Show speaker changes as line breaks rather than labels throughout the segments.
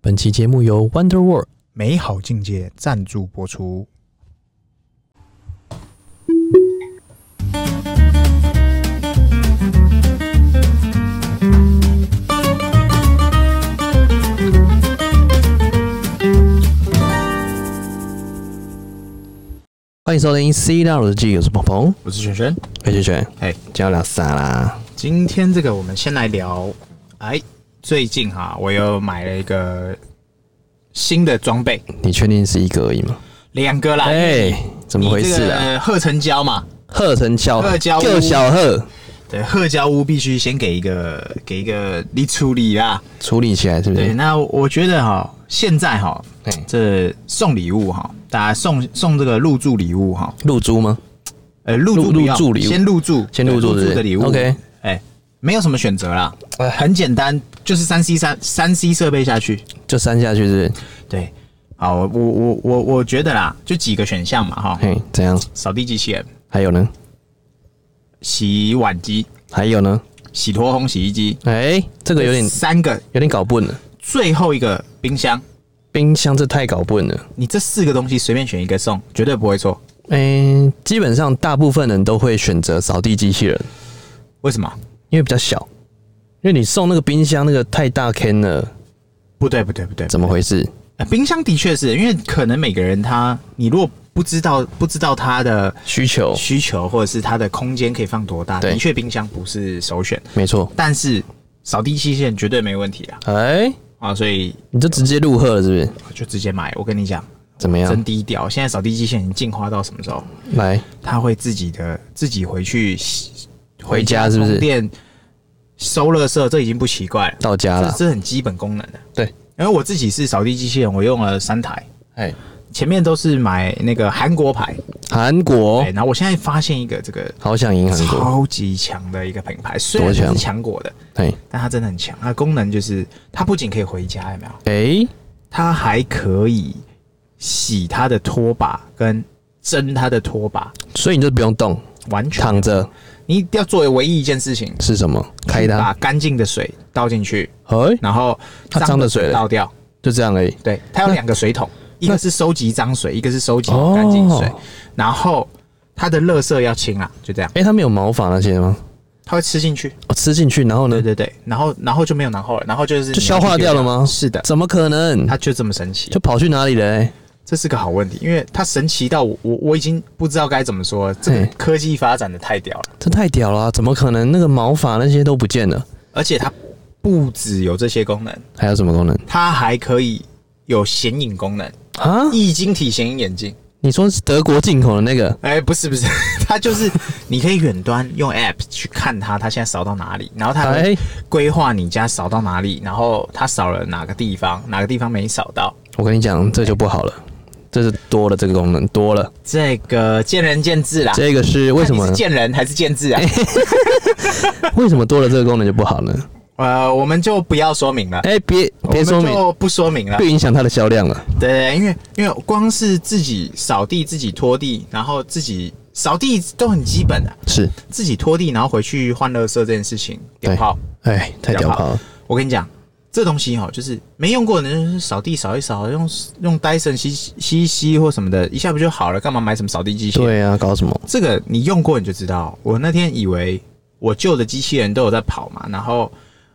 本期节目由 Wonder World
美好境界赞助播出。
欢迎收听《C 大日记》，我是鹏鹏，哎
我是璇璇，
黑圈圈，
嘿，
今天要聊啥啦？
今天这个我们先来聊，哎，最近哈、我又买了一个新的装备，
你确定是一个而已吗？
两个啦。
哎、怎么回事啊？
啊？贺成胶嘛，
贺成交，
贺成交
够小贺，
对，贺胶屋必须先给一个给一个你处理啦。
处理起来是不
对，
是？
那我觉得哈、现在哈、
哎，
这送礼物哈、大家送送这个入住礼物哈、
露珠吗？
呃，入
入
住不要
入住礼物
先入住，
先入住
对
是不是
的礼物
OK
哎，没有什么选择啦
哎，
很简单，就是三 C 三三 C 设备下去，
就删下去是不是？
对，好，我我我我我觉得啦，就几个选项嘛哈，
嘿，怎样？
扫地机器人、
还有呢？
洗碗机、
还有呢？
洗脱烘洗衣机，
哎、这个有点
三个，
有点搞笨了。
最后一个冰箱，
冰箱这太搞笨了。
你这四个东西随便选一个送，绝对不会错，
哎、基本上大部分人都会选择扫地机器人，
为什么？
因为比较小。因为你送那个冰箱那个太大坑了，
不对不对不对，
怎么回事？
呃冰箱的确是因为可能每个人他，你如果不知道不知道他的
需求
需求或者是它的空间可以放多大，
对
的确冰箱不是首选，
没错。
但是扫地机器人绝对没问题啦
哎、
啊！所以
你就直接入贺了是不是？
我就直接买。我跟你讲，
怎么
真
样？
低调。现在扫地机器人已经进化到什么时候？
来，
它会自己的自己回去洗
回家是不是
充电收垃圾，这已经不奇怪了，
到家
这
了。
这很基本功能的。
对，
因为我自己是扫地机器人，我用了三台，
哎，
前面都是买那个韩国牌，
韩国
哎，然后我现在发现一个这个
好想赢韩国。
超级强的一个品牌，虽
多
然不
强
是强国的。
哎
但它真的很强。它的功能就是，它不仅可以回家，有没有？
哎、
它还可以洗它的拖把跟蒸它的拖把，
所以你就不用动，
完全
躺着
你一定要做的唯一一件事情，
是什么？开它。
把干净的水倒进去，
哎、
然后
它脏的水嘞
倒掉。
就这样而已。
对，它有两个水桶，一个是收集脏水，一个是收集
哦
干净水。然后它的垃圾要清啊，就这样，
哎、它没有毛发那些吗？
它会吃进去。
哦，吃进去，然后呢
对？对对，然后然后就没有然后了，然后就是
就
你
消
要去
化
丢
掉了吗？
是的，
怎么可能？
它就这么神奇。
就跑去哪里了、欸？
这是个好问题，因为它神奇到我我我已经不知道该怎么说，这个
嘿
科技发展的太屌了，
这太屌了啊、怎么可能？那个毛发那些都不见了，
而且它不只有这些功能，
还有什么功能
它还可以有显影功能，
啊？
液晶体显影眼镜。
你说是德国进口的那个？
哎、不是不是， 它就是你可以远端用 App 去看它，它现在扫到哪里，然后它还
哎、
会规划你家扫到哪里，然后它扫了哪个地方，哪个地方没扫到，
我跟你讲，这就不好了，这是多了这个功能，多了。
这个见仁见智啦。
这个是为什么
看你
呢
是？见人还是 见智啊？
为什么多了这个功能就不好呢？
呃，我们就不要说明了。
哎、别别说明
我，们就不说明了
不。影响它的销量了。
对，因为因为光是自己扫地、自己拖地，然后自己扫地都很基本的、
是，
自己拖地，然后回去换垃圾这件事情，
对
屌炮！
哎，太屌炮了。
我跟你讲，这东西哈、就是没用过的人就是扫地扫一扫，用用 Dyson 吸吸一吸或什么的，一下不就好了？干嘛买什么扫地机器人？
对啊，搞什么？
这个你用过你就知道。我那天以为我旧的机器人都有在跑嘛，然后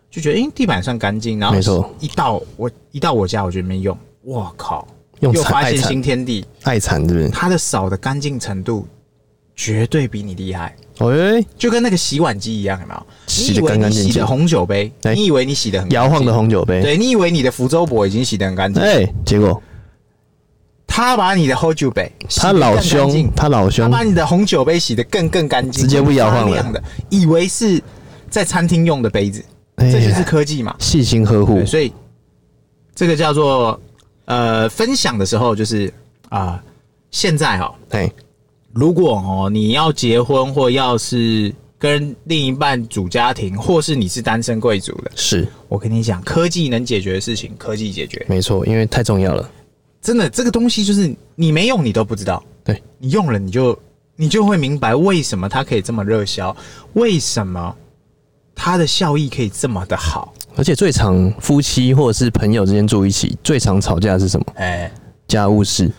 就觉得，诶、地板算干净，然后
没错
一到我一到我家我就没用，我靠！
用
又
惨
发
爱
现新
惨
天地，
爱惨，是不是？
它的扫的干净程度绝对比你厉害，
哎、
就跟那个洗碗机一样，有没有？
洗
你
得
以为
干干
你
净净
洗的红酒杯，
哎
你以为你洗的很
摇晃的红酒杯。
对你以为你的福州箔已经洗得很干净，
哎、结果
他把你的红酒杯洗
他
得
老
更干净
兄，他老
他
兄，
把你的红酒杯洗得更更干净，
直接不摇晃了
更亮的，以为是在餐厅用的杯子，
哎
这就是
呀，
科技嘛。
细心呵护
对，。所以这个叫做呃，分享的时候就是啊、现在哦，
哎，
如果哦你要结婚或要是跟另一半组家庭，或是你是单身贵族的，
是
我跟你讲，科技能解决的事情，科技解决。
没错，因为太重要了。
真的，这个东西就是你没用你都不知道，
对
你用了你就你就会明白为什么它可以这么热销，为什么它的效益可以这么的好。
而且最常夫妻或者是朋友之间住一起，最常吵架的是什么？
哎，
家务事。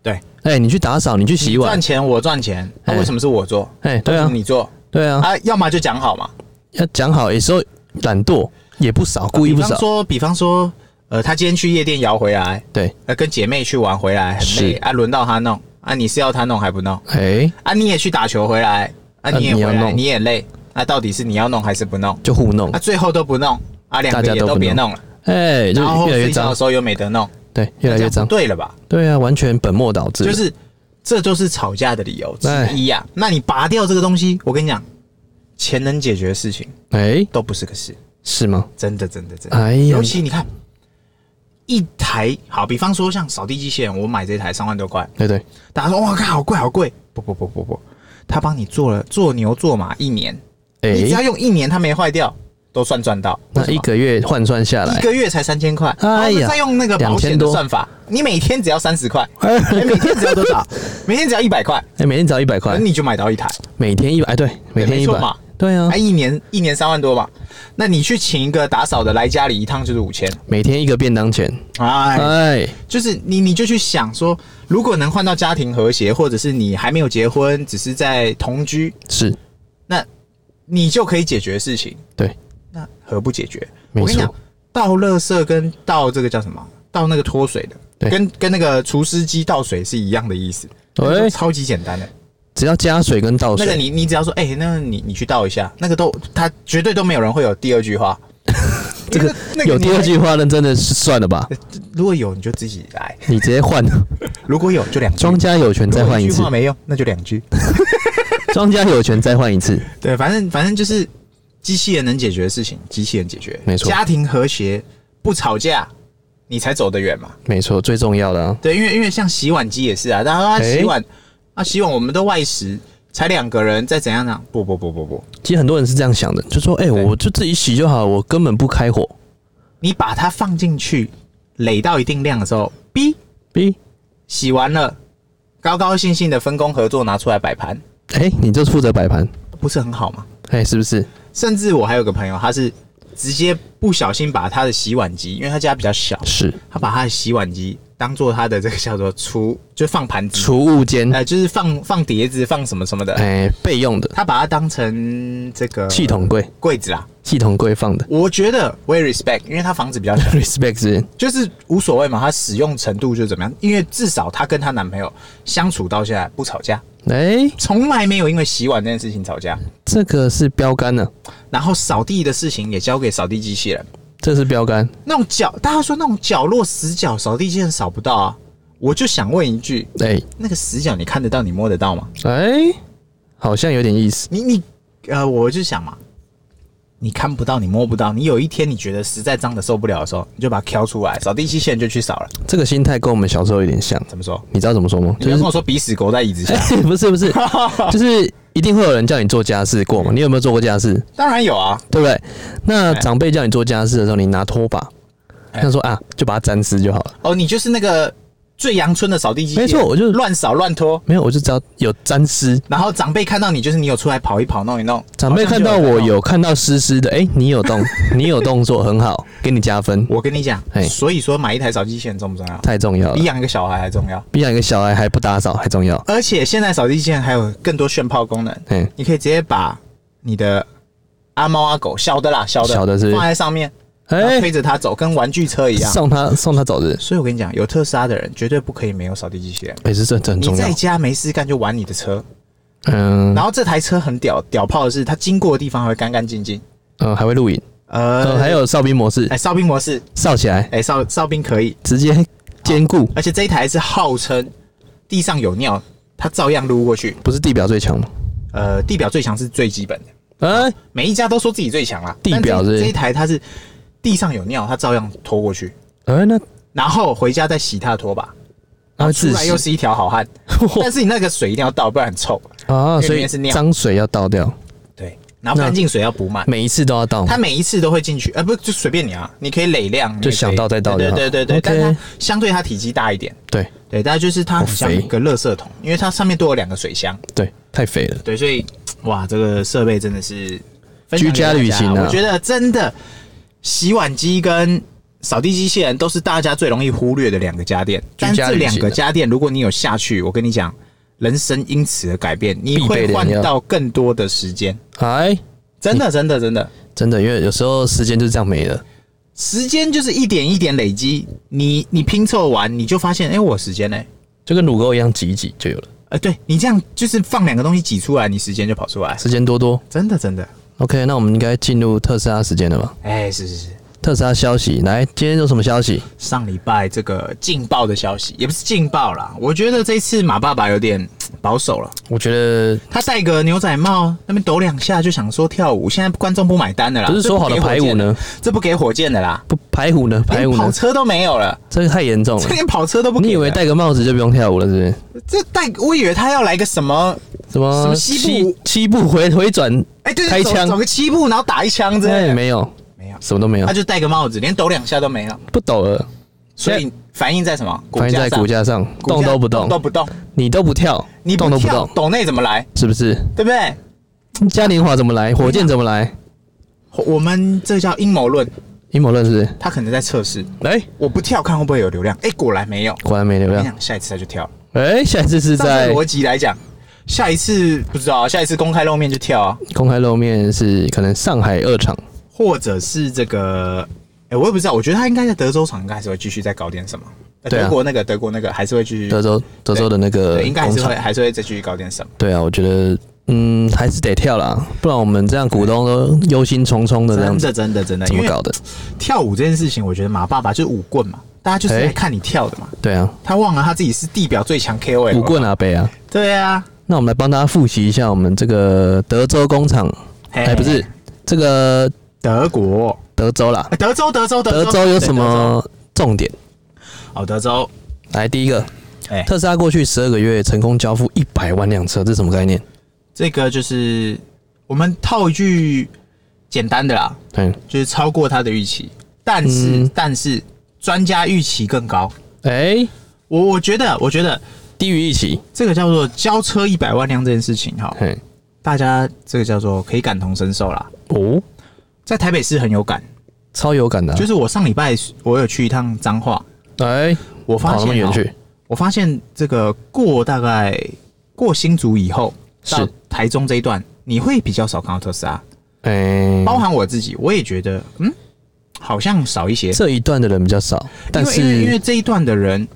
对，
哎、你去打扫，你去洗
你
碗
赚，钱我赚钱，那
哎
为什么是我做？
哎、对
为什
啊
么，你做
对啊，
啊？要么就讲好嘛，
要讲好，有时候懒惰也不少，故意
比
不
方
少，
说，比方说，呃，他今天去夜店摇回来，
对，
呃，跟姐妹去玩回来很
是
累啊，轮到他弄啊，你是要他弄还不弄
哎、
啊？你也去打球回来啊，
啊
你也
你要
回来，
弄
你也累啊，到底是你要弄还是不弄？
就糊弄
啊，，最后都不弄啊，两
大
个
家
也
都不
都别
弄
弄了，
哎、就
然后
越来
睡
越
觉的
脏，
时候又没得弄，
对，越来
这
越
样
脏
不，对了吧？
对啊，完全本末倒置，
就是这就是吵架的理由之
哎
一呀、那你拔掉这个东西，我跟你讲，钱能解决的事情
哎、
都不是个事，
是吗？
真的真的真的。
哎呀
尤，其你看，一台好，比方说像扫地机器人，我买这台三万多块，
对对，
大家说哇靠，好贵好贵！不不不不不，他帮你做了做牛做马一年，
哎、
你只要用一年，它没坏掉，都算赚到。为
那
什么
一个月换算下来
一，个月才三千块，
哎呀
然后再用那个保
2000
险的
多
算法，你每天只要三十块，
哎、
哎每天 只要多少？每天只要一百块，
每天只要一百块
那，你就买到一台。
每天一百，哎，对，每天
没
一
错
百
嘛，
对啊
哎，，一年一年三万多吧，那你去请一个打扫的来家里一趟就是五千，
每天一个便当钱，
哎，
哎，
就是你你就去想说，如果能换到家庭和谐，或者是你还没有结婚，只是在同居，
是
那你就可以解决事情。
对，
那何不解决？
没错
我跟你讲，倒垃圾跟倒这个叫什么？倒那个脱水的，
对
跟跟那个除湿机倒水是一样的意思，
喂
那就超级简单的。
只要加水跟倒
那个
水，
你你只要说，哎、那个你你去倒一下，那个都他绝对都没有人会有第二 句话。这个那个
有
你
第二句话，那真的是算了吧，
如果有你就自己来，
你直接换，
如果有就两句，
庄家有权再换一
如果句
次
话，没用，那就两句。
庄家有权再换一次，
对，反正反正就是机器人能解决的事情，机器人解决，
没错
家庭和谐，不吵架，你才走得远嘛。
没错，最重要的啊，
对，因为因为像洗碗机也是啊，大家说啊
哎
洗碗、啊洗碗，我们都外食，才两个人，再怎样呢？不不不不不，
其实很多人是这样想的，就说，哎，我就自己洗就好，我根本不开火
你把它放进去，垒到一定量的时候，哔，
，B，
洗完了，高高兴兴的分工合作，拿出来摆盘，
哎，你就负责摆盘，
不是很好吗？
哎，是不是？
甚至我还有个朋友，他是直接不小心把他的洗碗机，因为他家比较小，
是
他把他的洗碗机当做他的这个叫做厨， 就放盘子，
储物间，
呃，就是放放碟子、放什么什么的，
哎，备用的
他把它当成这个
系统柜，
柜子啦。
系统柜放的
我觉得我也 respect，因为他房子比 较小，
，respect 是
就是无所谓嘛，他使用程度就是怎么样，因为至少她跟她男朋友相处到现在不吵架，
哎，
从来没有因为洗碗这件事情吵架。
这个是标杆啊呢，
然后扫地的事情也交给扫地机器人，
这是标杆，
那种角，大家说那种角落死角，扫地机器人扫不到啊。我就想问一句，
哎
那个死角你看得到，你摸得到吗？
哎，好像有点意思，
你你呃，我就想嘛，你看不到，你摸不到，你有一天你觉得实在脏的受不了的时候，你就把它挑出来，扫地机器人就去扫了。
这个心态跟我们小时候有点像。
怎么说？
你知道怎么说吗？
你
就
要
是哎
跟我说鼻屎狗在椅子下？
不是不 是，就是一定会有人叫你做家事过嘛？你有没有做过家事？
当然有啊，
对不对？那长辈叫你做家事的时候，你拿拖把，
哎
他说啊，就把它沾湿就好了。
哦，你就是那个最阳春的扫地机器
没
人，
错我就是
乱扫乱拖。
没有，我就只要有沾湿，
然后长辈看到你，就是你有出来跑一跑、弄一弄。
长辈
好
看
像就
到我
在弄，
有看到湿湿的，哎、你有 动，你有动作很好，给你加分，
我跟你讲
哎，
所以说买一台扫地机器人重不重要？
太重要
比
了，
养一个小孩还重要。
比养一个小孩还不打扫还重要。
而且现在扫地机器人还有更多炫炮功能，
嗯，
你可以直接把你的阿猫阿狗小的啦，小的
小的是不是
放在上面，然后
哎、
推着它走，跟玩具车一样。
送他送他走的，
所以我跟你讲，有特斯拉的人绝对不可以没有扫地机器人。
哎、是这这很
你
重要
在。家没事干就玩你的车，
嗯
然后这台车很屌，屌炮的是它经过的地方还会干干净净。
嗯，还会录影，呃，
呃，
还有哨兵模式
哎，，哨兵模式，
哨起来，
哎，哨哨兵可以，
直接兼顾，
而且这一台是号称地上有尿，它照样撸过去。
不是地表最强吗？
呃，地表最强是最基本的。
哎、
每一家都说自己最强啦。
地表
但
是不
这
是
这一台它是地上有尿，它照样拖过去，
哎、那啊
然后回家再洗它的拖把，
他会
出
窒
来又
息
是一条好汉。 但是你那个水一定要倒，不然很臭。
啊，
为里
所以
面是尿
脏水要倒掉，
对，然后干净水要补满。
每一次都要倒。
它每一次都会进去，呃，不就随便你啊，你可以累量，你也可以
想倒再倒
对
就好
对对对，
OK
但是它相对它体积大一点，
对
对，但就是它很像
好肥
一个垃圾桶，因为它上面都有两个水箱，
对，太肥了。
对，所以哇，这个设备真的是分享
居家
给大
旅行啊
我觉得真的洗碗机跟扫地机器人都是大家最容易忽略的两个家电，但
家
这
旅行啊
两个家电如果你有下去，我跟你讲，人生因此而改变，你
必备
会
的
换
你要
到更多的时间，
哎，
真的，真的，真的。
真的，因为有时候时间就是这样没了。
时间就是一点一点累积，你你拼凑完，你就发现，哎、我有时间嘞、
就跟乳沟一样挤一挤就有了，
呃，对你这样就是放两个东西挤出来，你时间就跑出来，
时间多多。
真的真的。
OK，那我们应该进入特斯拉时间了吧？
哎、是是是，
特斯拉消息，来，今天有什么消息？
上礼拜这个劲爆的消息，也不是劲爆啦，我觉得这一次马爸爸有点嘖保守了，
我觉得
他戴个牛仔帽，那边抖两下就想说跳舞，现在观众不买单的啦。
不是说好的
这不给
排舞呢
火箭的？这不给火箭的啦，
不排虎呢，排
连
虎
跑
呢，
车都没有了，
这个太严重了
这。连跑车都不给了。
你以啊为戴个帽子就不用跳舞了，是不是？
这戴？我以为他要来个什么
什么
什么西
七
部
七步回回转？
哎、对
开
对，走
枪
走个七步，然后打一枪之类
哎，
的，
没有，啊
没有，
什么都没有
他，就戴个帽子，连抖两下都没有，
不抖了，
所以反映在什么？
反正在
上
骨架上，
股价
动都不动
动，都不动，
你都不跳，
你
动都不
跳
动，
抖内怎么来？
是不是？
对不对？
嘉年华怎么来？火箭怎么来？
我们这叫阴谋论，
阴谋论是不是？
他可能在测试，
哎、
我不跳看会不会有流量？哎、果然没有。
果然没流
我跟你
量。
讲，下一次他就跳了。
哎、下一次是
照这
啊在
个逻辑来讲，下一次不知道啊，下一次公开露面就跳啊，
公开露面是可能上海二场，
或者是这个，哎、我也不知道，我觉得他应该在德州场应该还是会继续再搞点什么。呃
对啊
德国那个，德国那个还是会继续，
德州德州的那个
对，应该还
工
是会啊
厂。
还是会再继续搞点什么。
对啊，我觉得嗯还是得跳啦，不然我们这样股东都忧心忡忡的这样
真
子，
的真的真的，
怎
因
么
为
搞的？
跳舞这件事情，我觉得马爸爸就是舞棍嘛，大家就是
哎
来看你跳的嘛。
对啊，
他忘了他自己是地表最强 KOL
舞棍
啊，
阿北啊。
对啊，
那我们来帮大家复习一下我们这个德州工厂，
哎
哎、不是这个
德国、
德州啦，
哎德州、德州、
德
州
州有
对
什
德州
么重点？
哦，德州，
来，第一个，
哎
特斯拉过去十二个月成功交付一百万辆车，这是什么概念？
这个就是我们套一句简单的啦，
嗯，
就是超过他的预期，但是、
嗯
但是专家预期更高。
哎、
我我觉得，我觉得
低于预期，
这个叫做交车一百万辆这件事情，哈，
嘿，
大家这个叫做可以感同身受啦，
哦，
在台北市很有感。
超有感的、啊
就，是我上礼拜我有去一趟彰化，
哎、
我发
跑那
现、
么远去，
我发现这个过大概过新竹以后，
是
到台中这一段，你会比较少看到特斯拉，
哎、
包含我自己，我也觉得，嗯，好像少一些。
这一段的人比较少，但
因为因为因
是
为这一段的人，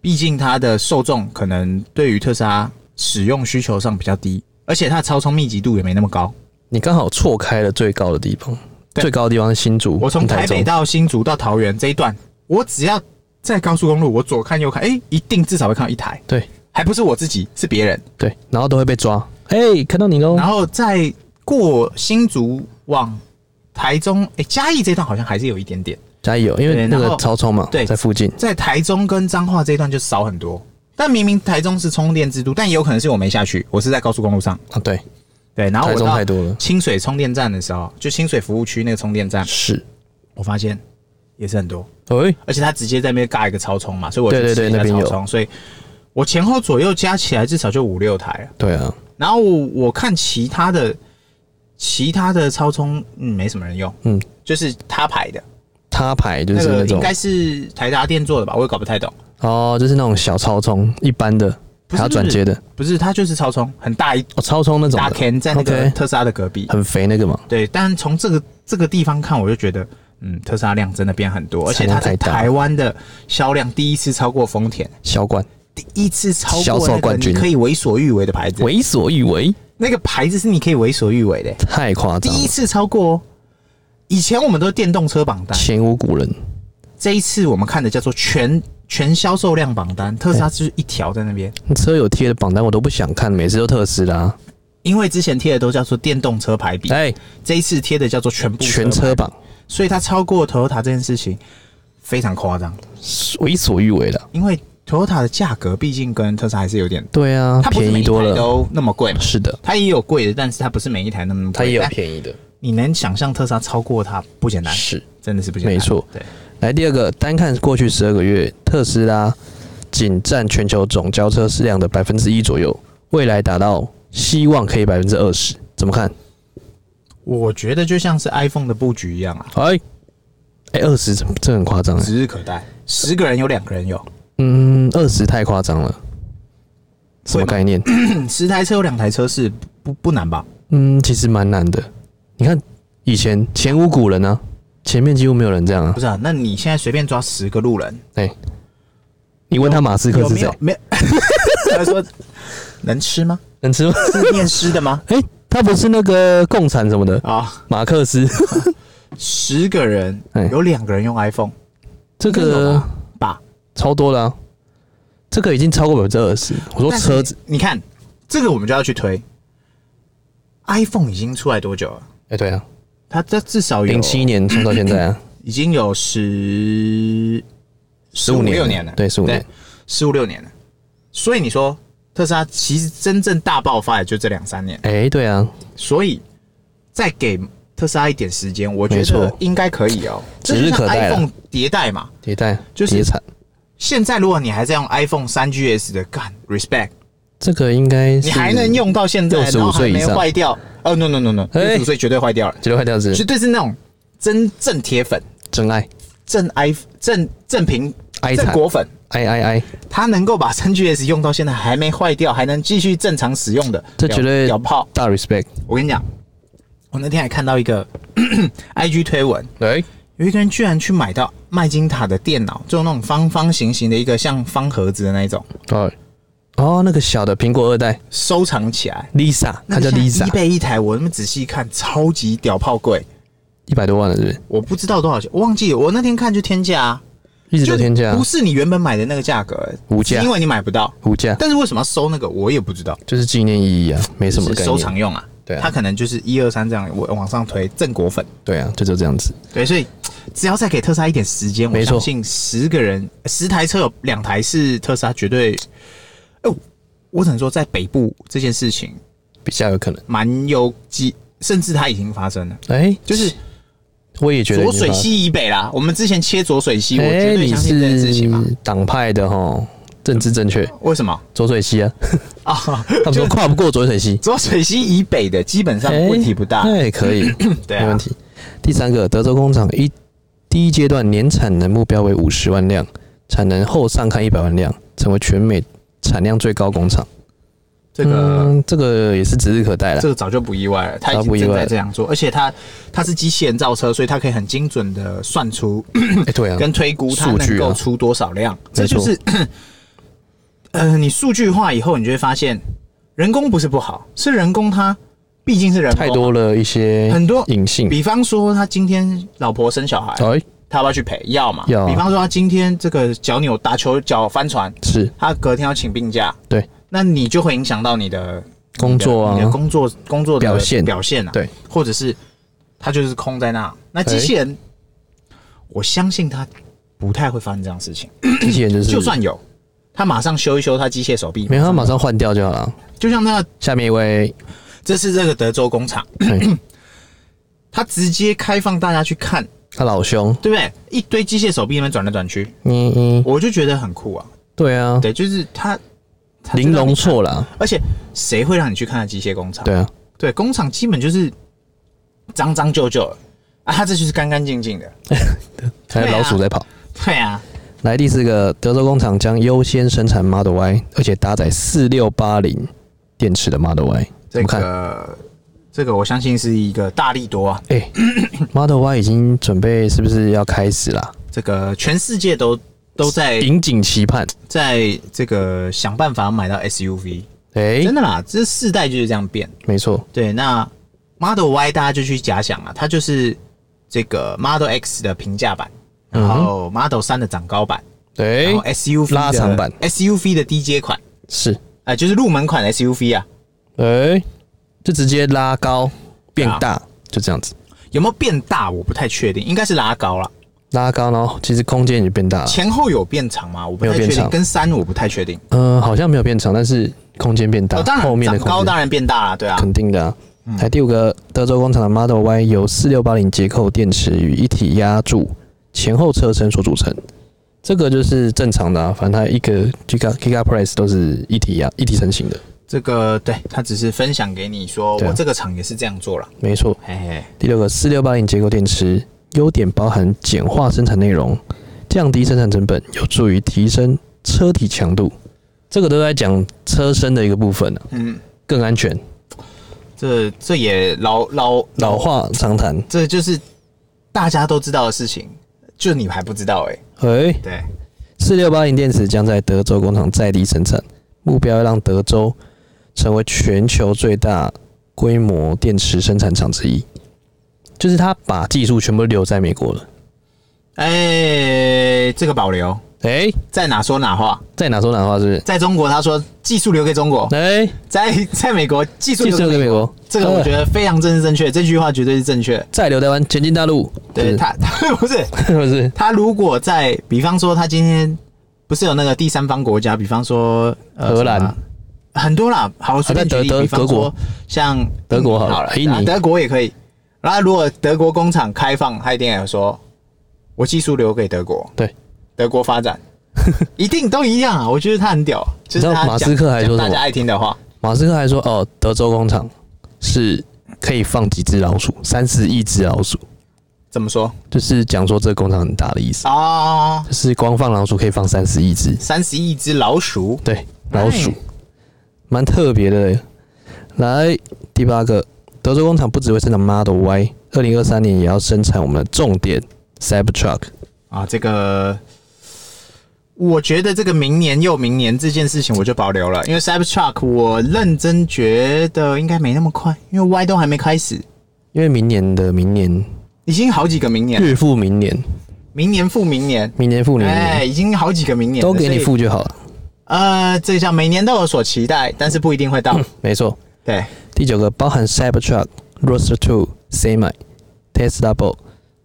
毕竟他的受众可能对于特斯拉使用需求上比较低，而且它的超充密集度也没那么高。
你刚好错开了最高的地方，
对
最高的地方是新竹，
我从
跟
台
台
北
中，
到新竹到桃园这一段，我只要在高速公路，我左看右看，哎、一定至少会看到一台，
对
还不是我自己，是别人。
对，然后都会被抓，哎、看到你喽
然，后再过新竹往台中，哎、嘉义这段好像还是有一点点，
加油，因为
对
那
然
个
后
超充嘛，
对
在附近，
在台中跟彰化这一段就少很多。但明明台中是充电之都，但也有可能是我没下去，我是在高速公路上。
啊，对，
对，然后
台
我
中太
到
多了，
清水充电站的时候，就清水服务区那个充电站，
是，
我发现也是很多，
哎、
而且他直接在那边尬一个超充嘛，所以我去
对对对
吃一下
那边有
超充，所以我前后左右加起来至少就五六台了。
对啊，
然后我看其他的其他的超充，嗯，没什么人用，
嗯，
就是他牌的
他牌就
那
是
个
那
应
种
该是台达电做的吧，我也搞不太懂。
哦，就是那种小超充，一般的，还
不是
要转接的，
不是，它就是超充，很大一
哦，超充那种
大
的
can 在那个
OK
特斯拉的隔壁。
很肥那个嘛，
对，但从这个这个地方看，我就觉得，嗯，特斯拉量真的变很多，而且它
产
在
量太大
台湾的销量第一次超过丰田，
小管，
第一次超
销
过
售
那个
冠
你
军
可以为所欲为的牌子。
为所欲为，
那个牌子是你可以为所欲为的，
太夸
第
张，
一
了，
次超过哦。以前我们都是电动车榜单，
前无古人，
这一次我们看的叫做全全销售量榜单，特斯拉就是一条在那边，
车有贴的榜单我都不想看，每次都特斯拉，
因为之前贴的都叫做电动车排比，
哎、
这一次贴的叫做全部
全
车，
车榜，
所以它超过 Toyota 这件事情非常夸张，
为所欲为了，
因为 Toyota 的价格毕竟跟特斯拉还是有点，
对啊，
它不是
便
每
宜
一
多
台哦
了，
都那么贵嘛，
是的，
它也有贵的，但是它不是每一台那么贵，
它也有
但
便宜的，
你能想象特斯拉超过它不简单，
是。
真的是不简单，
没错，
对，
来第二个，单看过去十二个月，特斯拉仅占全球总交车市量的百分之一左右，未来达到希望可以百分之二十，怎么看？
我觉得就像是 iPhone 的布局一样啊，
哎，哎、二十这这很夸张哎，
指日可待。十个人有两个人有，
嗯，二十太夸张了，什么
会吗
概念？
嗯十台车有两台车是不不不难吧？
嗯，其实蛮难的。你看以前前无古人啊，前面几乎没有人这样啊
不。是啊，那你现在随便抓十个路人，
哎、你问他马斯克
有
是
没
谁
有？？没有， 他说能吃吗？
能吃吗？
是念诗的 吗？
哎、他不是那个共产什么的，
啊，
马克思。
十个人
哎
有两个人用 iPhone
这
应该有
个
吧？
超多了、啊，这个已经超过百分之二十。我说
但是
车子，
你看这个我们就要去推。iPhone 已经出来多久了？
哎、对啊，
它这至少有
零七年冲到现在 啊，
已经有十十
15
六
了
年了，
对，十五年，
十五六年了。所以你说特斯拉其实真正大爆发也就这两三年，
哎、对啊，
所以再给特斯拉一点时间，我觉
没
得
错
应该可以哦。
指日可待了
这就像 iPhone 迭代嘛，
迭代
就是
叠产，
现在如果你还在用 iPhone 三 GS 的，干 respect，
这个应该是
你还能，用到现在，
65
然后还
岁以
没
上
坏掉。哦，no no no no，
哎
六十五岁绝对坏掉了，
绝对坏掉是
绝对是那种真正铁粉、
真爱，
正 i 正正平、
哀
正
惨
果粉。
哎哎哎，
它能够把3 GS 用到现在还没坏掉，还能继续正常使用的，
这绝对
屌屌炮！
大 respect，
我跟你讲，我那天还看到一个 IG 推文，
哎、
有一个人居然去买到麦金塔的电脑，就那种方方形形的一个像方盒子的那一种，
哦哦，那个小的苹果二代
收藏起来。
Lisa，她叫
一
Lisa，
倍一台，我那么仔细看，超级屌炮贵，
一百多万了是不是？
我不知道多少钱，我忘记了。我那天看就天价、啊，
一直都天价啊
就，不是你原本买的那个价格、
无价
是因为你买不到。
无价，
但是为什么要收那个，我也不知道。
就是纪念意义啊，没什么
是
概
收
念。
藏用啊。
对啊
他可能就是一二三这样往往上推正果粉。
对啊，就就这样子，
对，所以只要再给特斯拉一点时间，我
没错
相信十个人十台车有两台是特斯拉，绝对。哎、我我只能说在北部这件事情
比较有可能。
蛮有机，甚至它已经发生了，
哎、
就是
我也觉得
浊
你
水
把
溪以北啦。我们之前切浊水溪，我
哎、
绝对
你
相信这件事情嘛。
是党派的哈，政治正确，
为什么
浊水 溪啊，
啊？
他们说跨不过浊水溪，
浊水溪以北的基本上
哎
问题不大，
对，可以，
对
没
啊
问。题。第三个，德州工厂一第一阶段年产能目标为五十万辆，产能后上看一百万辆，成为全美产量最高工厂。
这个
嗯、这个也是指日可待了
这。个早就不意外了，他已
早
经
不意
正
外
在
了
这样做，而且他他是机器人造车，所以他可以很精准的算出
哎、对啊，
跟推估它
数
能
据啊
够出多少辆，这
没
就
错
是， 呃，你数据化以后，你就会发现，人工不是不好，是人工它毕竟是人工，
太多了一些
很多
隐性。
比方说他今天老婆生小孩，
哎、
他要不要去陪？要嘛，
要啊
比方说他今天这个脚扭打球脚翻船，
是
他隔天要请病假，
对，
那你就会影响到你的
工作
你的你的
啊，
工作工作的
表现
表现啊，
对，
或者是他就是空在那。那机器人，我相信他不太会发生这样的事情，
机器人就是，
就算有，他马上修一修他机械手臂，
没有，他马上换掉就好了。
就像那
下面一位，
这是这个德州工厂，
哎
他直接开放大家去看，
他老兄，
对不对？一堆机械手臂那边转来转去，
嗯嗯，
我就觉得很酷啊。
对啊，
对，就是他。他
玲
就让你
珑
看，
错了，
而且谁会让你去看他机械工厂？
对啊，
对，工厂基本就是脏脏旧旧的啊，它这就是干干净净的。
还有
对啊
老鼠在跑。
对啊，
来第四个，德州工厂将优先生产 Model Y，而且搭载四六八零电池的 Model Y。怎
这
么看？
个这个我相信是一个大力多啊，
哎、m o d e l Y 已经准备是不是要开始啦？
这个全世界都都在
引颈期盼。
在这个想办法买到 SUV，
哎、
真的啦，这世代就是这样变。
没错，
对，那 Model Y 大家就去假想啊，它就是这个 Model X 的平价版，
嗯
然后 Model 3的长高版，
哎、
然后 SUV 的
拉长版
，SUV 的低阶款，
是，
哎、就是入门款 SUV 啊，
哎、就直接拉高变大，
啊
就这样子，
有没有变大？我不太确定，应该是拉高了，
拉高，然后其实空间也变大了。
前后有变长吗？我不
啊没有
太确
变
定，
长
跟三我不太确定。
嗯、好像没有变长，但是空间变大，
哦，当然
啊后面的
长高
空间
当然变大了，对啊，
肯定的啊。还第五个，德州工厂的 Model Y 由四六八零结构电池与一体压铸前后车身所组成，这个就是正常的啊，反正它一个 Giga Giga Press 都是一体压一体成型的，
这个对他只是分享给你说，
对啊
我这个厂也是这样做了。
没错。
嘿嘿，
第六个，四六八零结构电池优点包含简化生产内容、降低生产成本，有助于提升车体强度。这个都在讲车身的一个部分、啊、
嗯，
更安全，
这这也老老
老，话常谈。
这就是大家都知道的事情，就你还不知道哎、
诶、
对，
四六八零电池将在德州工厂在地生产，目标要让德州成为全球最大规模电池生产厂之一。就是他把技术全部留在美国了。
哎、这个保留，
诶、
在哪说哪话，
在哪说哪话是不是？
在中国他说技术留给中国，
诶、
在在美国技术
技术
留
留
给
给美国，
这个我觉
得
得非常正正确，这句话绝对是正确。
再留台湾前进大陆，
对他， 他不是
是不 是？
他，如果在比方说他今天不是有那个第三方国家，比方说、呃、
荷兰
什么很多啦，好随便
在
举
德德
例，比方
德
说
国
像
德国好
好
了
了，
印尼
啊德国也可以。然后如果德国工厂开放，他一定也说，我技术留给德国，
对，
德国发 展，一定都一样啊。我觉得他很屌，
你知
就是
道
他
马
讲
斯克还
讲
说
大
什
家
么？
爱听的话，
马斯克还说哦，德州工厂是可以放几只老鼠，三十亿只老鼠，
怎么说
就是讲说这个工厂很大的意思，
啊？
就是光放老鼠可以放三十亿只。
三十亿只老鼠，
对，老鼠
哎，
蛮特别的。来，第八个，德州工厂不只会生产 Model Y，二零二三年也要生产我们的重点 Cybertruck。
啊，这个我觉得这个明年又明年这件事情我就保留了，因为 Cybertruck 我认真觉得应该没那么快，因为 Y 都还没开始，
因为明年的明年，
已经好几个明年，
日复明年，
明年复明年，
明年复明
哎，
年，
已经好几个明年了
都给你。
所以
复就好了。
呃，这叫每年都有所期待，但是不一定会到。
没错。
对，
第九个包含 Cybertruck、Roadster Two、Semi、Tesla Bot，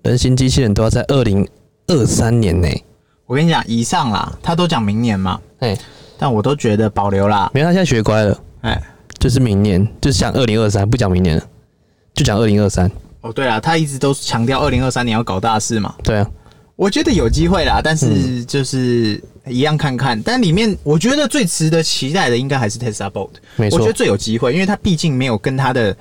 人形机器人都要在二零二三年内。
我跟你讲，以上啦，他都讲明年嘛，
哎、
但我都觉得保留啦。
没有，他现在学乖了，
哎，
就是明年，就是讲二零二三，不讲明年了，就讲二零二三。
哦对了，他一直都强调二零二三年要搞大事嘛，
对啊，
我觉得有机会啦，但
嗯
是就是一样看看。但里面我觉得最值得期待的应该还是 Tesla Bolt，
没
我
错
觉得。最有机会，因为它毕竟没有跟它的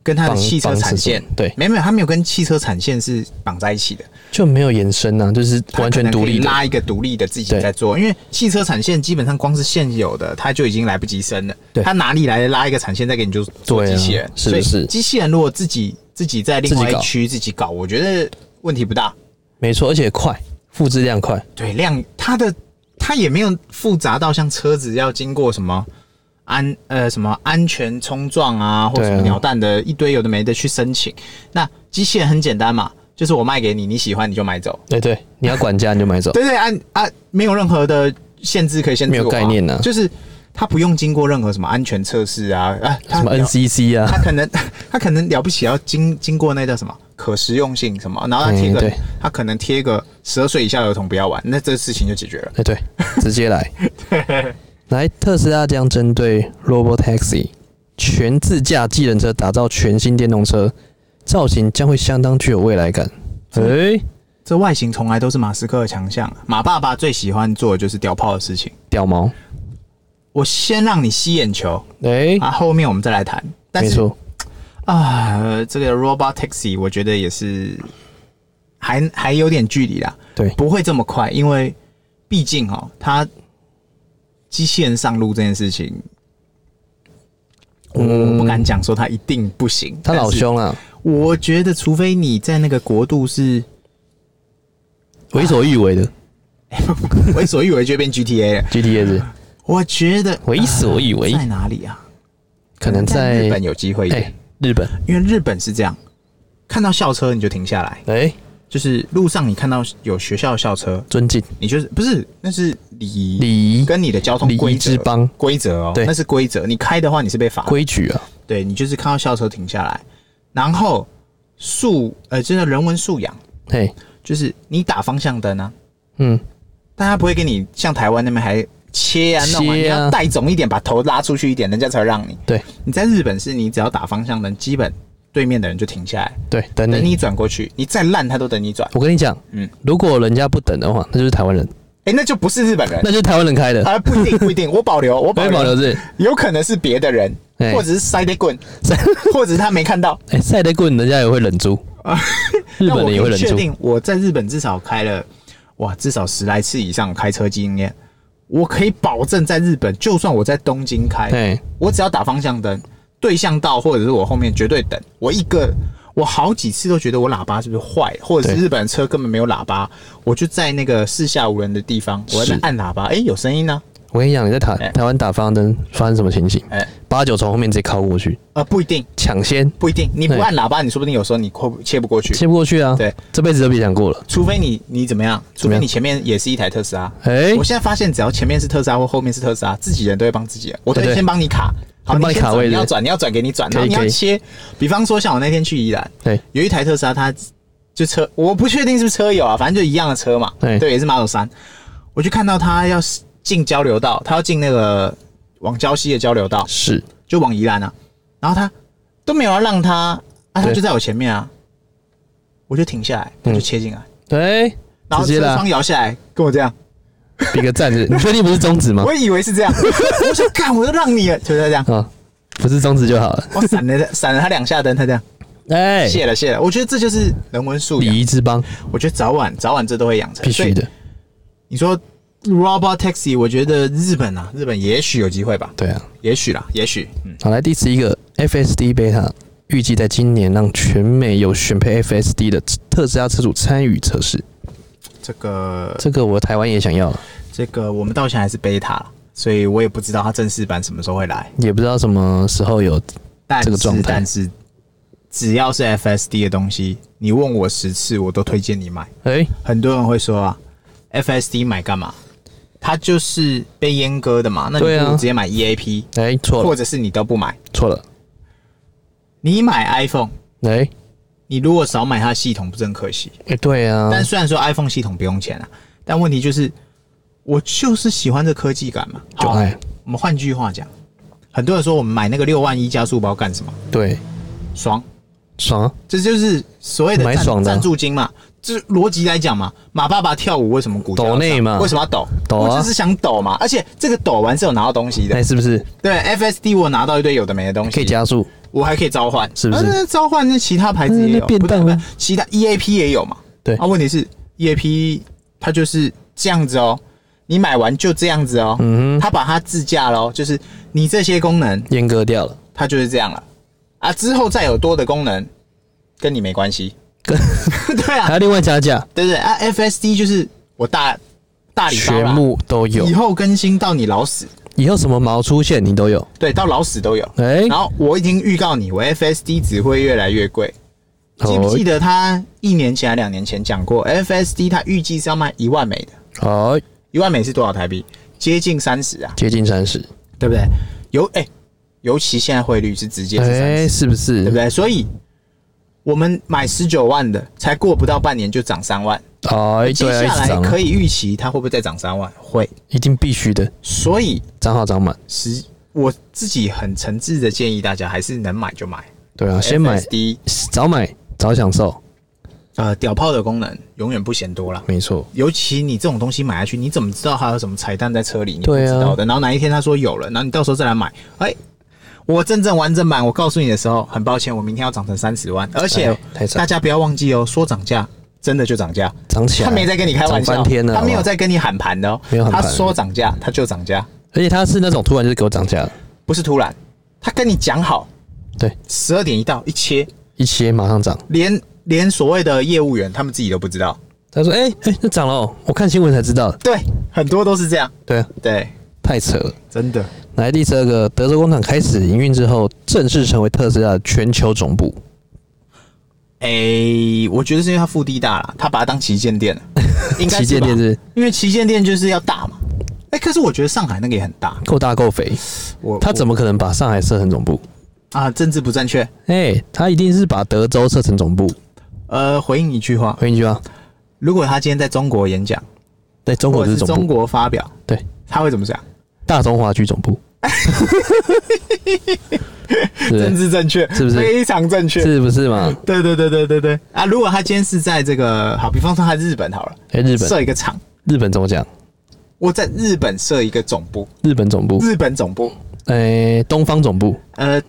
跟它的
绑
汽车
绑
产
死住
线，
对，
没有没有，它没有跟汽车产线是绑在一起的，
就没有延伸啊，就是
它
完
可
全
能
独
可以
立的。
拉一个独立的自己
对
在做。因为汽车产线基本上光是现有的，它就已经来不及生了，
对
它哪里来拉一个产线再给你就做
对啊
机器人？
是
所以
是
机器人如果自己自己在另
自己
外一
搞
区自己搞，我觉得问题不大。
没错，而且快，复制量快，
对，量它的它也没有复杂到像车子要经过什么安呃什么安全冲撞啊，或
对啊
什么鸟蛋的一堆有的没的去申请。那机器人很简单嘛，就是我卖给你，你喜欢你就买走。
对对，你要管家你就买走，
对对，按啊没有任何的限制可以限制
没有
我啊
概念啊
就是它不用经过任何什么安全测试啊啊，它
什么
了
NCC 啊
它，可能 它可能了不起要经经过那叫什么可食用性什么，然后它贴
嗯
个、
对
它可能贴个十二岁以下儿童不要玩，那这事情就解决了。
哎对，直接来。来，特斯拉将针对 Robo Taxi 全自驾技能车打造全新电动车，造型将会相当具有未来感。哎、
这外形从来都是马斯克的强项。马爸爸最喜欢做的就是屌炮的事情。
屌毛，
我先让你吸眼球，
哎、
啊，后面我们再来谈。但
没
是
错，
啊、呃这个 Robot Taxi 我觉得也是还还有点距离啦，
对，
不会这么快，因为毕竟哦，它机器人上路这件事情，我我不敢讲说它一定不行。
嗯他老
但是，
凶啊，
我觉得除非你在那个国度是
为所欲为的
为所欲为，就变 GTA 了。
GTS，
我觉得
为所欲为
在哪里啊？
可能在
日本有机会一
哎、
点，
日本，
因为日本是这样，看到校车你就停下来，
哎、
就是路上你看到有学校的校车，
尊敬
你就是不是那是礼
礼仪
跟你的交通
礼仪
规则
之邦
规则哦，
对
那是规则，你开的话你是被罚的，
规矩啊，
对你就是看到校车停下来，然后素呃，真的人文素养
嘿、
就是你打方向灯啊，
嗯，
但他不会跟你像台湾那边还切啊弄啊，你
切啊
要带总一点，把头拉出去一点，人家才会让你。
对
你在日本是你只要打方向灯，基本对面的人就停下来，
对，等
等
你。
你转过去，你再烂他都等你转。
我跟你讲，
嗯
如果人家不等的话，那就是台湾人，
哎、那就不是日本人
那，就是台湾人开的，
啊，不一定，不一定，我保留，我
我
保
会
留，
保留这。
有可能是别的人，
哎
或者是塞得棍
塞，
或者是他没看到，
哎，赛德棍人家也会忍住， 日
但
本
啊我
的也
可
会
以
忍
确
住。
定，我在日本至少开了哇，至少十来次以上开车经验。我可以保证，在日本，就算我在东京开，
哎，
我只要打方向灯，对向道或者是我后面绝对等。我一个，我好几次都觉得我喇叭是不是坏，或者是
对
日本车根本没有喇叭，我就在那个四下无人的地方，我在
是
那按喇叭，哎、有声音呢、
我跟你讲，你在台
哎
台湾打方向灯发生什么情形？
哎
八九从后面直接靠过去，
呃，不一定，
抢先
不一定，你不
对
按喇叭，你说不定有时候你过不切不过去，
切不过去啊。
对，
这辈子都别想过了。
除非你你怎么样，除
么
非
样
你前面也是一台特斯拉。
哎
我，现在发现，只要前面是特斯拉或后面是特斯拉，自己人都会帮自己啊人。我都
对
会
对
先帮你卡，好，
先帮你
先
卡
转
位
你要
置
转，你要转给你转，然
可
后
以
你
可
要
以
切。比方说，像我那天去宜兰，
对，
有一台特斯拉，它就车，我不确定是不是车友啊，反正就一样的车嘛，
对
对，也是马 o 三。我就看到他要进交流道，他要进那个呃往礁溪的交流道，
是
就往宜兰啊，然后他都没有要让他，啊，他
对
就在我前面啊，我就停下来，他就切进来，
哎，
然后
直接
车
啦
窗，摇下来，跟我这样。
比个赞子。你确定不是中指吗？
我以为是 这样，我想干，我都让你了，就是他这样，
啊，不是中指就好了。
我闪了闪了他两下灯，他这样
哎，
谢了谢了。我觉得这就是人文素
礼
养，
仪之邦
我觉得早晚早晚这都会养成，
必须
所以
的。
你说 robot taxi，我觉得日本啊，日本也许有机会吧，
对啊。
也许啦，也许，嗯，
好，来第十一个 FSD Beta 预计在今年让全美有选配 FSD 的特斯拉车主参与测试。
这个
这个我台湾也想要了，
这个我们到现在还是 beta 啦所以我也不知道它正式版什么时候会来，
也不知道什么时候有。
但
这个状
是
态
但是只要是 FSD 的东西，你问我十次，我都推荐你买。
哎、
很多人会说啊，FSD 买干嘛？它就是被阉割的嘛，那你
对啊
不如直接买 EAP，、
哎、错
或
了
者是你都不买。
错了，
你买 iPhone，
哎、
你如果少买它的系统，不是很可惜？
哎、对啊，
但虽然说 iPhone 系统不用钱啊，但问题就是，我就是喜欢这科技感嘛。
就哎
好
爱
我们换句话讲，很多人说我们买那个六万一加速包干什么？
对
爽，
爽啊，
这就是所谓的
买
赞
爽的啊
赞助金嘛。这逻辑来讲嘛，马爸爸跳舞为什么股价要
抖内
涨
嘛
为什么要抖？
抖啊
我就是想抖嘛。而且这个抖完是有拿到东西
那、
的，
哎是不是
对 FSD 我拿到一堆有的没的东
可以
西，
加速？
我还可以召唤，
是不是
啊那召唤那其他牌子也
嗯
有，
那便当啊
不是不是其他 EAP 也有嘛？
对
啊，问题是 EAP 它就是这样子哦，你买完就这样子哦，
嗯
它把它自驾喽，就是你这些功能
哼，阉割掉了，
它就是这样了啊，之后再有多的功能跟你没关系，
跟
对啊
还，要另外加价，
对不对啊，FSD 就是我大大礼包
全
啦
部都有
以，后更新到你老死，
以后什么毛出现你都有。
对，到老死都有。
哎、
然后我已经预告你，我 FSD 只会越来越贵。
哦
记不记得他一年前、还两年前讲过，FSD 它预计是要卖一万美的，
好、哎
一万美是多少台币？接近三十啊，
接近三十，
对不对？尤哎、尤其现在汇率是直接
哎、
是三十、
是不是？
对不对？所以我们买十九万的，才过不到半年就涨三万，
哎，
接
对啊，
下
一直
来
涨啊，
可以预期它会不会再涨三万？会，
一定必须的，
所以
涨好涨满。
实我自己很诚挚的建议大家，还是能买就买，
对啊，先买
FSD
早买早享受，
呃，屌炮的功能永远不嫌多啦。
没错，
尤其你这种东西买下去，你怎么知道它有什么彩蛋在车里？你不
对
知
啊
道的。然后哪一天他说有了，然后你到时候再来买，哎、我真正完整版我告诉你的时候，很抱歉，我明天要涨成三十万，而且
哎太惨
大家不要忘记哦，说涨价真的就涨价，
涨起来。
他没在跟你开玩
涨
笑，
翻天了，
他没有
好不好，
在跟你喊盘的哦
没有，喊
他
盘
说涨价他就涨价，
而且他是那种突然就是给我涨价了，
不是突然，他跟你讲好，
对，
十二点一到一切，
一切马上涨。
连连所谓的业务员他们自己都不知道，
他说：“哎、哎、那涨了、哦，我看新闻才知道的。
对，很多都是这样，”
对啊，
对，
太扯了。
真的。
来第十二个，德州工厂开始营运之后，正式成为特斯拉的全球总部。
诶、我觉得是因为它腹地大了，他把它当旗 舰店了，应该
旗舰店
吧
是
因为旗舰店就是要大嘛。哎、可是我觉得上海那个也很大，
够大够肥，
我
他怎
么
么可能把上海设成总部？
啊？政治不正确。
哎、他一定是把德州设成总部。
呃，回应一句话，
回应一句啊，
如果他今天在中国演讲，
对，中
或
国
者
是
是
总
中
部，
国发表，
对，
他会怎么讲？
大中华区总 部。是不
政
是
治正确，
是不是
非常正确？
是不是嘛？
对对对对对对啊！如果他今天是在这个好，比方说他日本好了，
哎、日本，
设一个厂，
日本怎么讲？
我在日本设一个总部，
日本总部，
日本总部，
哎、东方总部，
呃，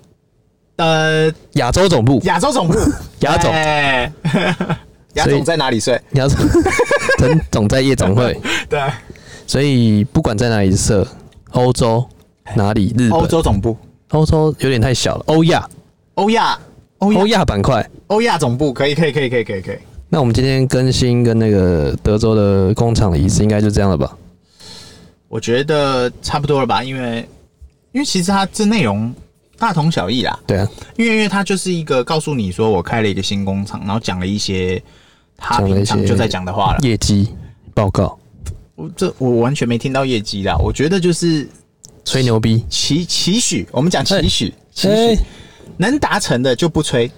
呃
亚洲总部，
亚洲总部，
亚总
哎亚
所以
总在哪里睡？
亚洲 总总在夜总会，
对，
所以不管在哪里设，欧洲哪里，日
哎欧
本，
洲总部，
欧洲有点太小了，欧亚，
欧亚，欧亚
欧，亚板块。
欧亚总部，可以，可以，可以，可以，可以，可以。
那我们今天更新跟那个德州的工厂的仪式，应该就这样了吧？
我觉得差不多了吧，因为因为其实它这内容大同小异啦，
对啊，
因为因为它就是一个告诉你说我开了一个新工厂，然后讲了一些他
讲了一
平
些
常就在讲的话了。
业绩报告
我这我完全没听到业绩啦，我觉得就是
吹牛逼，
期期许，我们讲期许，期
哎
许能达成的就不吹，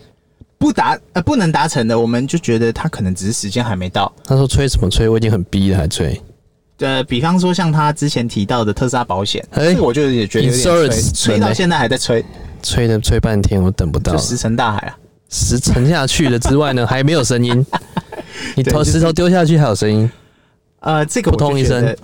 不达呃不能达成的，我们就觉得他可能只是时间还没到。
他说吹什么吹，我已经很逼了，还吹。
呃，比方说像他之前提到的特斯拉保险，
哎
这个我就也觉得有点吹，
insurance
吹
准
到
欸
现在还在吹，
吹的吹半天，我等不到
就
了，
石沉大海啊。
石沉下去了之外呢，还没有声 音。你
对
投
就是
石头丢下去还有声音，
呃，这个
扑
我
通
就
一
觉
声
得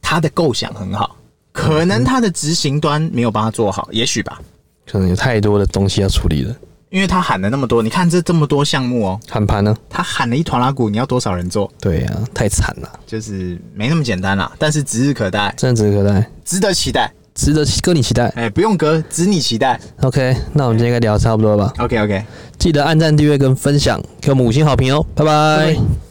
他的构想很好，可能他的执行端没有帮他做好，也许吧，
可能有太多的东西要处理了。
因为他喊了那么多，你看这这么多项目哦，
喊盘呢？
他喊了一团拉鼓，你要多少人做，
对啊，太惨了，
就是没那么简单啦。但是指日可待，
真的指日可待，
值得期待。
值得跟你期待。
哎、不用隔，值你期待。
OK，那我们今天应该聊得差不多了吧？
OK OK，
记得按赞、订阅跟分享，给我们五星好评哦，拜拜。
拜拜